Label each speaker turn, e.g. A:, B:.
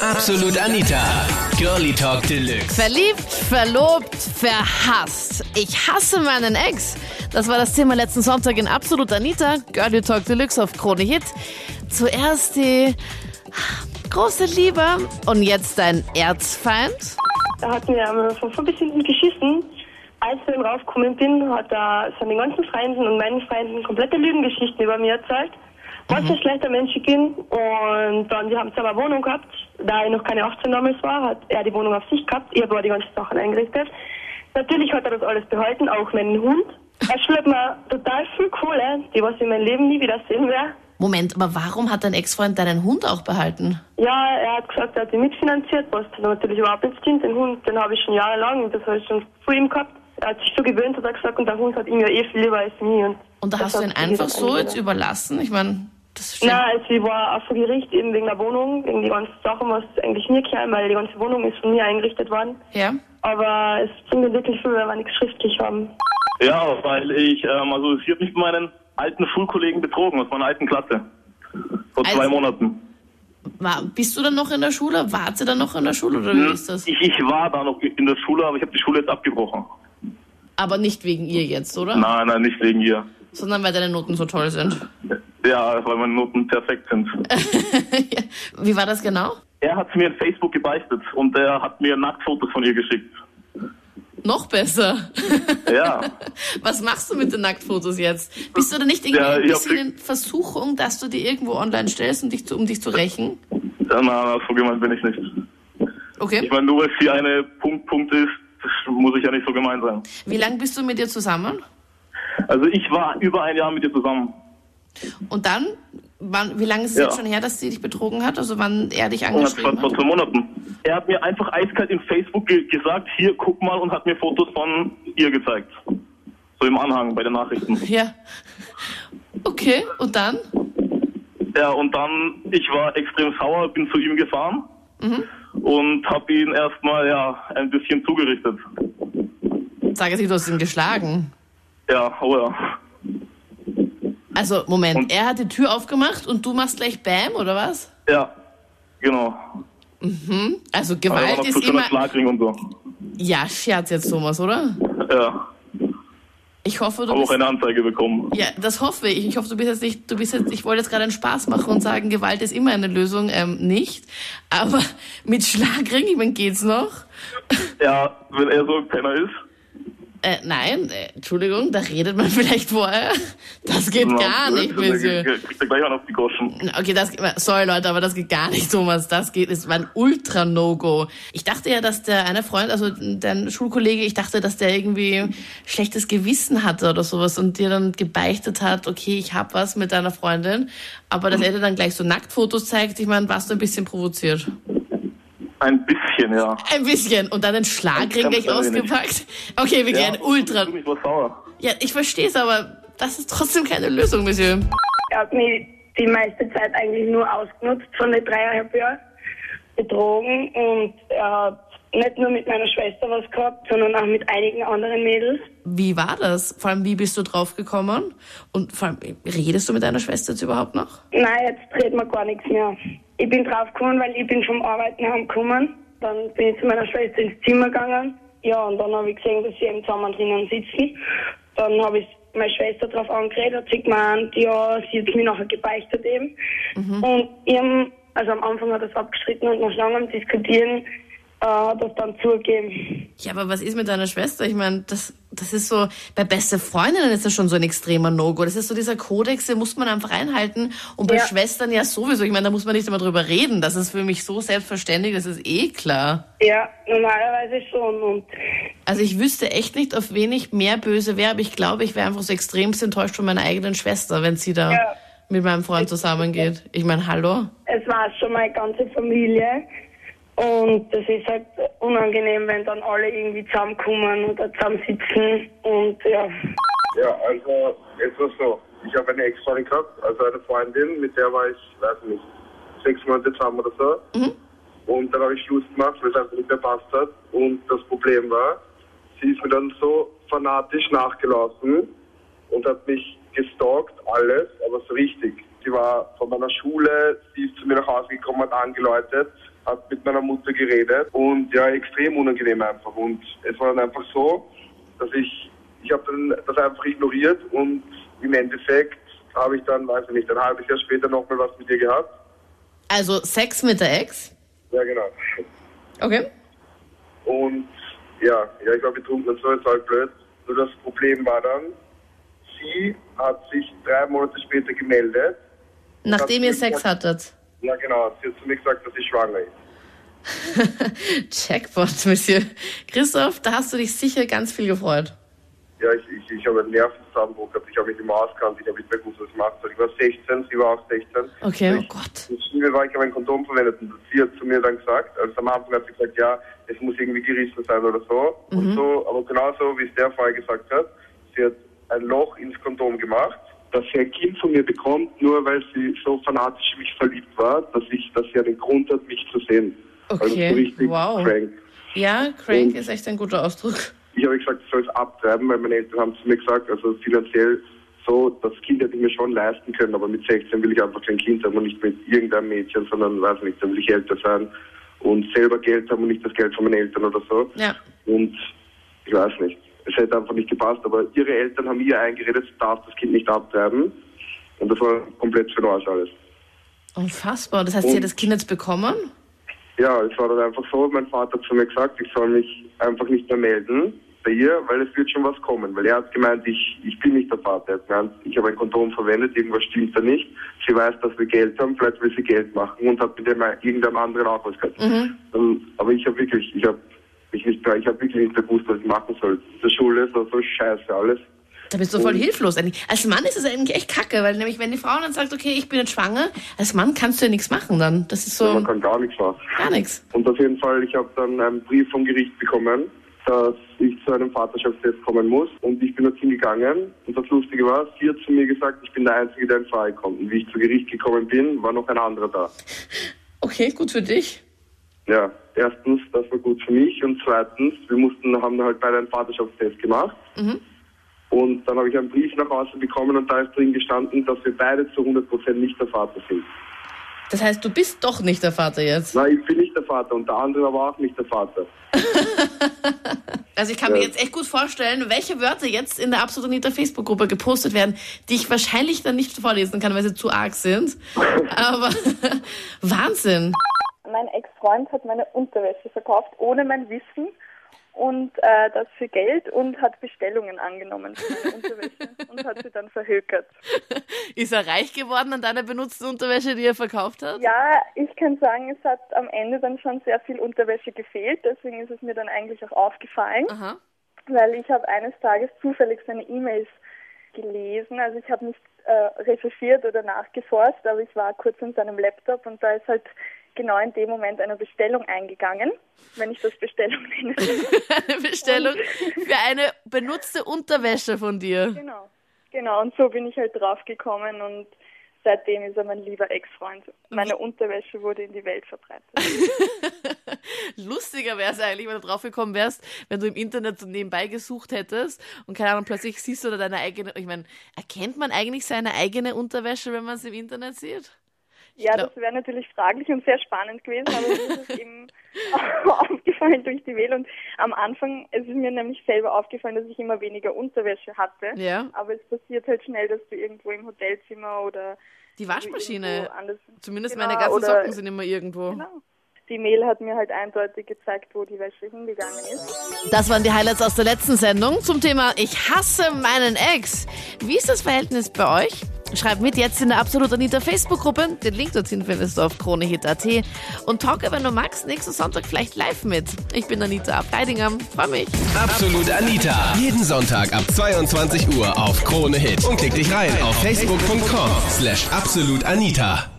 A: Absolut Anita. Girlie Talk Deluxe.
B: Verliebt, verlobt, verhasst. Ich hasse meinen Ex. Das war das Thema letzten Sonntag in Absolut Anita, Girlie Talk Deluxe auf Krone Hit. Zuerst die große Liebe und jetzt dein Erzfeind.
C: Da hat mir einmal von vorn bis hinten geschissen. Als ich dann raufgekommen bin, hat er seinen ganzen Freunden und meinen Freunden komplette Lügengeschichten über mich erzählt. Manche schlechter Menschen gehen und dann, die haben zwar eine Wohnung gehabt, da ich noch keine 18 damals war, hat er die Wohnung auf sich gehabt, ich habe aber die ganzen Sachen eingerichtet. Natürlich hat er das alles behalten, auch meinen Hund. Er schreibt mir total viel Kohle, die was ich in meinem Leben nie wieder sehen werde.
B: Moment, aber warum hat dein Ex-Freund deinen Hund auch behalten?
C: Ja, er hat gesagt, er hat ihn mitfinanziert, was dann natürlich überhaupt nicht stimmt. Den Hund, den habe ich schon jahrelang und das habe ich schon vor ihm gehabt. Er hat sich so gewöhnt, hat er gesagt, und der Hund hat ihn ja eh viel lieber als mich. Und,
B: Und da
C: das
B: hast du
C: hat
B: ihn
C: sich
B: einfach
C: jeder
B: so jetzt
C: angenommen.
B: überlassen? Ich meine, das ist
C: Nein, also ich war auch vor Gericht eben wegen der Wohnung, wegen die ganzen Sachen, was eigentlich mir kam, weil die ganze Wohnung ist von mir eingerichtet worden.
B: Ja.
C: Aber es bringt mir wirklich viel, wenn wir nichts schriftlich haben.
D: Ja, weil ich, ähm, also ich habe mich mit meinen alten Schulkollegen betrogen aus meiner alten Klasse. Vor
B: Also-
D: zwei Monaten.
B: War, bist du dann noch in der Schule? Wart ihr dann noch in der Schule oder
C: Hm.
B: wie ist das?
D: Ich, ich war da noch in der Schule, aber ich habe die Schule jetzt abgebrochen.
B: Aber nicht wegen ihr jetzt, oder?
D: Nein, nein, nicht wegen ihr.
B: Sondern weil deine Noten so toll sind.
D: Ja, weil meine Noten perfekt sind.
B: Ja. Wie war das genau?
D: Er hat mir in Facebook gebeichtet und er hat mir Nacktfotos von ihr geschickt.
B: Noch besser.
D: Ja.
B: Was machst du mit den Nacktfotos jetzt? Bist du da nicht irgendwie
D: Ja,
B: ein
D: ich
B: bisschen
D: hab-
B: in Versuchung, dass du die irgendwo online stellst, um dich zu, um dich zu rächen?
D: Na, na, äh, so gemeint bin ich nicht.
B: Okay.
D: Ich meine, nur weil sie eine Punkt, Punkt ist, muss ich ja nicht so gemein sein.
B: Wie lange bist du mit ihr zusammen?
D: Also ich war über ein Jahr mit ihr zusammen.
B: Und dann, wann, wie lange ist es
D: Ja.
B: jetzt schon her, dass sie dich betrogen hat? Also wann er dich
D: Und das war
B: angeschrieben
D: vor
B: hat?
D: zwei Monaten. Er hat mir einfach eiskalt in Facebook ge gesagt, hier, guck mal, und hat mir Fotos von ihr gezeigt. So im Anhang bei den Nachrichten.
B: Ja. Okay, und dann?
D: Ja, und dann, ich war extrem sauer, bin zu ihm gefahren
B: Mhm.
D: und habe ihn erstmal ja ein bisschen zugerichtet.
B: Sage sie, du hast ihn geschlagen.
D: Ja, oh ja.
B: Also, Moment,
D: Und-
B: er hat die Tür aufgemacht und du machst gleich Bam, oder was?
D: Ja, genau.
B: Also
D: Aber er war
B: Gewalt
D: noch
B: ist
D: so schöner
B: immer...
D: Schlagring und so.
B: Ja, Scherz jetzt, Thomas, oder?
D: Ja,
B: Ich hoffe, du
D: habe auch
B: bist...
D: eine Anzeige bekommen.
B: Ja, das hoffe ich. Ich hoffe, du bist jetzt nicht, du bist jetzt, ich wollte jetzt gerade einen Spaß machen und sagen, Gewalt ist immer eine Lösung, ähm, nicht. Aber mit Schlagring, ich meine, geht's noch?
D: Ja, wenn er so keiner ist.
B: Äh, nein, äh, Entschuldigung, da redet man vielleicht vorher. Das geht
D: na,
B: gar nicht,
D: dann
B: Monsieur.
D: Kriegt er gleich einen auf die Goschen.
B: Okay, das, sorry Leute, aber das geht gar nicht, Thomas. Das geht, ist mein Ultra-No-Go. Ich dachte ja, dass der eine Freund, also dein Schulkollege, ich dachte, dass der irgendwie schlechtes Gewissen hatte oder sowas und dir dann gebeichtet hat, okay, ich hab was mit deiner Freundin, aber dass er dir dann gleich so Nacktfotos zeigt, ich meine, warst du ein bisschen provoziert.
D: Ein bisschen, ja.
B: Ein bisschen. Und dann den Schlagring
D: Ganz
B: gleich
D: klein wenig.
B: ausgepackt. Okay, wir gehen ultra.
D: Ich war sauer.
B: Ja, ich verstehe es, aber das ist trotzdem keine Lösung, Monsieur.
E: Er hat mich die meiste Zeit eigentlich nur ausgenutzt, von den dreieinhalb Jahren betrogen und er hat nicht nur mit meiner Schwester was gehabt, sondern auch mit einigen anderen Mädels.
B: Wie war das? Vor allem, wie bist du draufgekommen? Und vor allem, redest du mit deiner Schwester jetzt überhaupt noch?
E: Nein, jetzt reden wir gar nichts mehr. Ich bin draufgekommen, weil ich bin vom Arbeiten heimgekommen. Dann bin ich zu meiner Schwester ins Zimmer gegangen. Ja, und dann habe ich gesehen, dass sie eben zusammen drinnen sitzen. Dann habe ich meine Schwester drauf angeredet, hat sie gemeint, ja, sie hat mich nachher gebeichtet eben. Und ihrem, also am Anfang hat er es abgestritten und nach langem Diskutieren äh, hat er es dann zugegeben.
B: Ja, aber was ist mit deiner Schwester? Ich meine, das, das ist so, bei beste Freundinnen ist das schon so ein extremer No-Go. Das ist so dieser Kodex, den muss man einfach einhalten. Und bei
E: Ja.
B: Schwestern ja sowieso. Ich meine, da muss man nicht immer drüber reden. Das ist für mich so selbstverständlich, das ist eh klar.
E: Ja, normalerweise schon. Und
B: Also ich wüsste echt nicht, auf wen ich mehr böse wäre, aber ich glaube, ich wäre einfach so extremst enttäuscht von meiner eigenen Schwester, wenn sie da
E: Ja.
B: mit meinem Freund zusammengeht. Ich meine, hallo?
E: es war schon meine ganze Familie. Und das ist halt unangenehm, wenn dann alle irgendwie zusammenkommen oder zusammensitzen. Und ja,
F: Ja, also es war so. Ich habe eine Ex-Freundin gehabt, also eine Freundin, mit der war ich, weiß nicht, sechs Monate zusammen oder so. Und dann habe ich Schluss gemacht, weil es einfach nicht mehr passt hat. Und das Problem war, sie ist mir dann so fanatisch nachgelaufen und hat mich gestalkt, alles, aber so richtig. Sie war von meiner Schule, sie ist zu mir nach Hause gekommen, hat angeläutet, hab mit meiner Mutter geredet und ja, extrem unangenehm einfach. Und es war dann einfach so, dass ich, ich habe dann das einfach ignoriert und im Endeffekt habe ich dann, weiß ich nicht, ein halbes Jahr später nochmal was mit ihr gehabt.
B: Also Sex mit der Ex?
F: Ja, genau.
B: Okay.
F: Und ja, ja, ich war betrunken und so, es war halt blöd. Nur das Problem war dann, sie hat sich drei Monate später gemeldet.
B: Nachdem ihr Sex hattet.
F: Ja, genau. Sie hat zu mir gesagt, dass sie schwanger ist.
B: Checkpoint, Monsieur. Christoph, da hast du dich sicher ganz viel gefreut.
F: Ja, ich, ich, ich habe einen Nervenzusammenbruch gehabt. Ich habe mich immer auskannt. Ich habe nicht mehr gewusst, was ich machen soll. Ich war 16, sie war auch 16.
B: Okay,
F: Und
B: oh
F: ich,
B: Gott.
F: Das Schlimme war, ich habe ein Kondom verwendet. Und sie hat zu mir dann gesagt, also am Anfang hat sie gesagt, ja, es muss irgendwie gerissen sein oder so.
B: Mhm.
F: Und so, aber genauso, wie es der vorher gesagt hat, sie hat ein Loch ins Kondom gemacht, dass sie ein Kind von mir bekommt, nur weil sie so fanatisch in mich verliebt war, dass ich, dass sie einen Grund hat, mich zu sehen. Also so
B: Okay,
F: richtig
B: wow.
F: crank.
B: Ja, crank ist echt ein guter Ausdruck.
F: Ich habe gesagt, ich soll es abtreiben, weil meine Eltern haben zu mir gesagt, also finanziell so, das Kind hätte ich mir schon leisten können, aber mit 16 will ich einfach kein Kind haben und nicht mit irgendeinem Mädchen, sondern, weiß nicht, dann will ich älter sein und selber Geld haben und nicht das Geld von meinen Eltern oder so.
B: Ja.
F: Und ich weiß nicht, es hätte einfach nicht gepasst, aber ihre Eltern haben ihr eingeredet, sie darf das Kind nicht abtreiben und das war komplett für den Arsch alles.
B: Unfassbar. Das heißt, sie hat das Kind jetzt bekommen?
F: Ja, es war dann einfach so, mein Vater hat zu mir gesagt, ich soll mich einfach nicht mehr melden bei ihr, weil es wird schon was kommen. Weil er hat gemeint, ich, ich bin nicht der Vater. Er hat gemeint, ich habe ein Kondom verwendet, irgendwas stimmt da nicht. Sie weiß, dass wir Geld haben, vielleicht will sie Geld machen und hat mit dem, irgendeinem anderen auch was gehabt. Ähm, Aber ich habe wirklich, ich habe mich nicht mehr, ich habe wirklich nicht mehr gewusst, was ich machen soll. In der Schule, es war so scheiße alles.
B: Da bist du voll hilflos. eigentlich. Als Mann ist es eigentlich echt kacke, weil nämlich, wenn die Frau dann sagt, okay, ich bin jetzt schwanger, als Mann kannst du ja nichts machen dann. Das ist so
F: Also Man kann gar nichts machen.
B: gar nichts.
F: Und auf jeden Fall, ich habe dann einen Brief vom Gericht bekommen, dass ich zu einem Vaterschaftstest kommen muss. Und ich bin dorthin gegangen. Und das Lustige war, sie hat zu mir gesagt, ich bin der Einzige, der in Frage kommt. Und wie ich zu Gericht gekommen bin, war noch ein anderer da.
B: Okay, gut für dich.
F: Ja, erstens, das war gut für mich. Und zweitens, wir mussten, haben halt beide einen Vaterschaftstest gemacht. Und dann habe ich einen Brief nach Hause bekommen und da ist drin gestanden, dass wir beide zu 100% nicht der Vater sind.
B: Das heißt, du bist doch nicht der Vater jetzt.
F: Nein, ich bin nicht der Vater und der andere war auch nicht der Vater.
B: Also ich kann mir jetzt echt gut vorstellen, welche Wörter jetzt in der absoluten Anita Facebook-Gruppe gepostet werden, die ich wahrscheinlich dann nicht vorlesen kann, weil sie zu arg sind. Aber Wahnsinn.
G: Mein Ex-Freund hat meine Unterwäsche verkauft, ohne mein Wissen und äh, das für Geld und hat Bestellungen angenommen für meine Unterwäsche und hat sie dann verhökert.
B: Ist er reich geworden an deiner benutzten Unterwäsche, die er verkauft hat?
G: Ja, ich kann sagen, es hat am Ende dann schon sehr viel Unterwäsche gefehlt, deswegen ist es mir dann eigentlich auch aufgefallen.
B: Aha.
G: weil ich habe eines Tages zufällig seine E-Mails gelesen. Also ich habe nicht äh, recherchiert oder nachgeforscht, aber ich war kurz an seinem Laptop und da ist halt genau in dem Moment eine Bestellung eingegangen, wenn ich das Bestellung nenne.
B: eine Bestellung für eine benutzte Unterwäsche von dir.
G: genau. Genau, und so bin ich halt draufgekommen und seitdem ist er mein lieber Ex-Freund. Meine Unterwäsche wurde in die Welt verbreitet.
B: Genau. Lustiger wäre es eigentlich, wenn du draufgekommen wärst, wenn du im Internet so nebenbei gesucht hättest und keine Ahnung, plötzlich siehst du da deine eigene. Ich meine, erkennt man eigentlich seine eigene Unterwäsche, wenn man es im Internet sieht?
G: Ja,
B: glaub-
G: das wäre natürlich fraglich und sehr spannend gewesen, aber mir ist es eben aufgefallen durch die Wähl. Und am Anfang es ist mir nämlich selber aufgefallen, dass ich immer weniger Unterwäsche hatte.
B: Ja.
G: Aber es passiert halt schnell, dass du irgendwo im Hotelzimmer oder
B: Die
G: irgendwo
B: Waschmaschine.
G: anders.
B: Zumindest
G: Genau,
B: meine ganzen
G: oder-
B: Socken sind immer irgendwo.
G: Genau. Die Mail hat mir halt eindeutig gezeigt, wo die Wäsche hingegangen ist.
B: Das waren die Highlights aus der letzten Sendung zum Thema Ich hasse meinen Ex. Wie ist das Verhältnis bei euch? Schreibt mit jetzt in der Absolut Anita Facebook-Gruppe. Den Link dorthin findest du auf kronehit.at. Und talke, wenn du magst, nächsten Sonntag vielleicht live mit. Ich bin Anita Abteidinger. Freue mich.
A: Absolut Anita. Jeden Sonntag ab 22 Uhr auf Krone Hit. Und klick dich rein auf facebook.com slash absolutanita.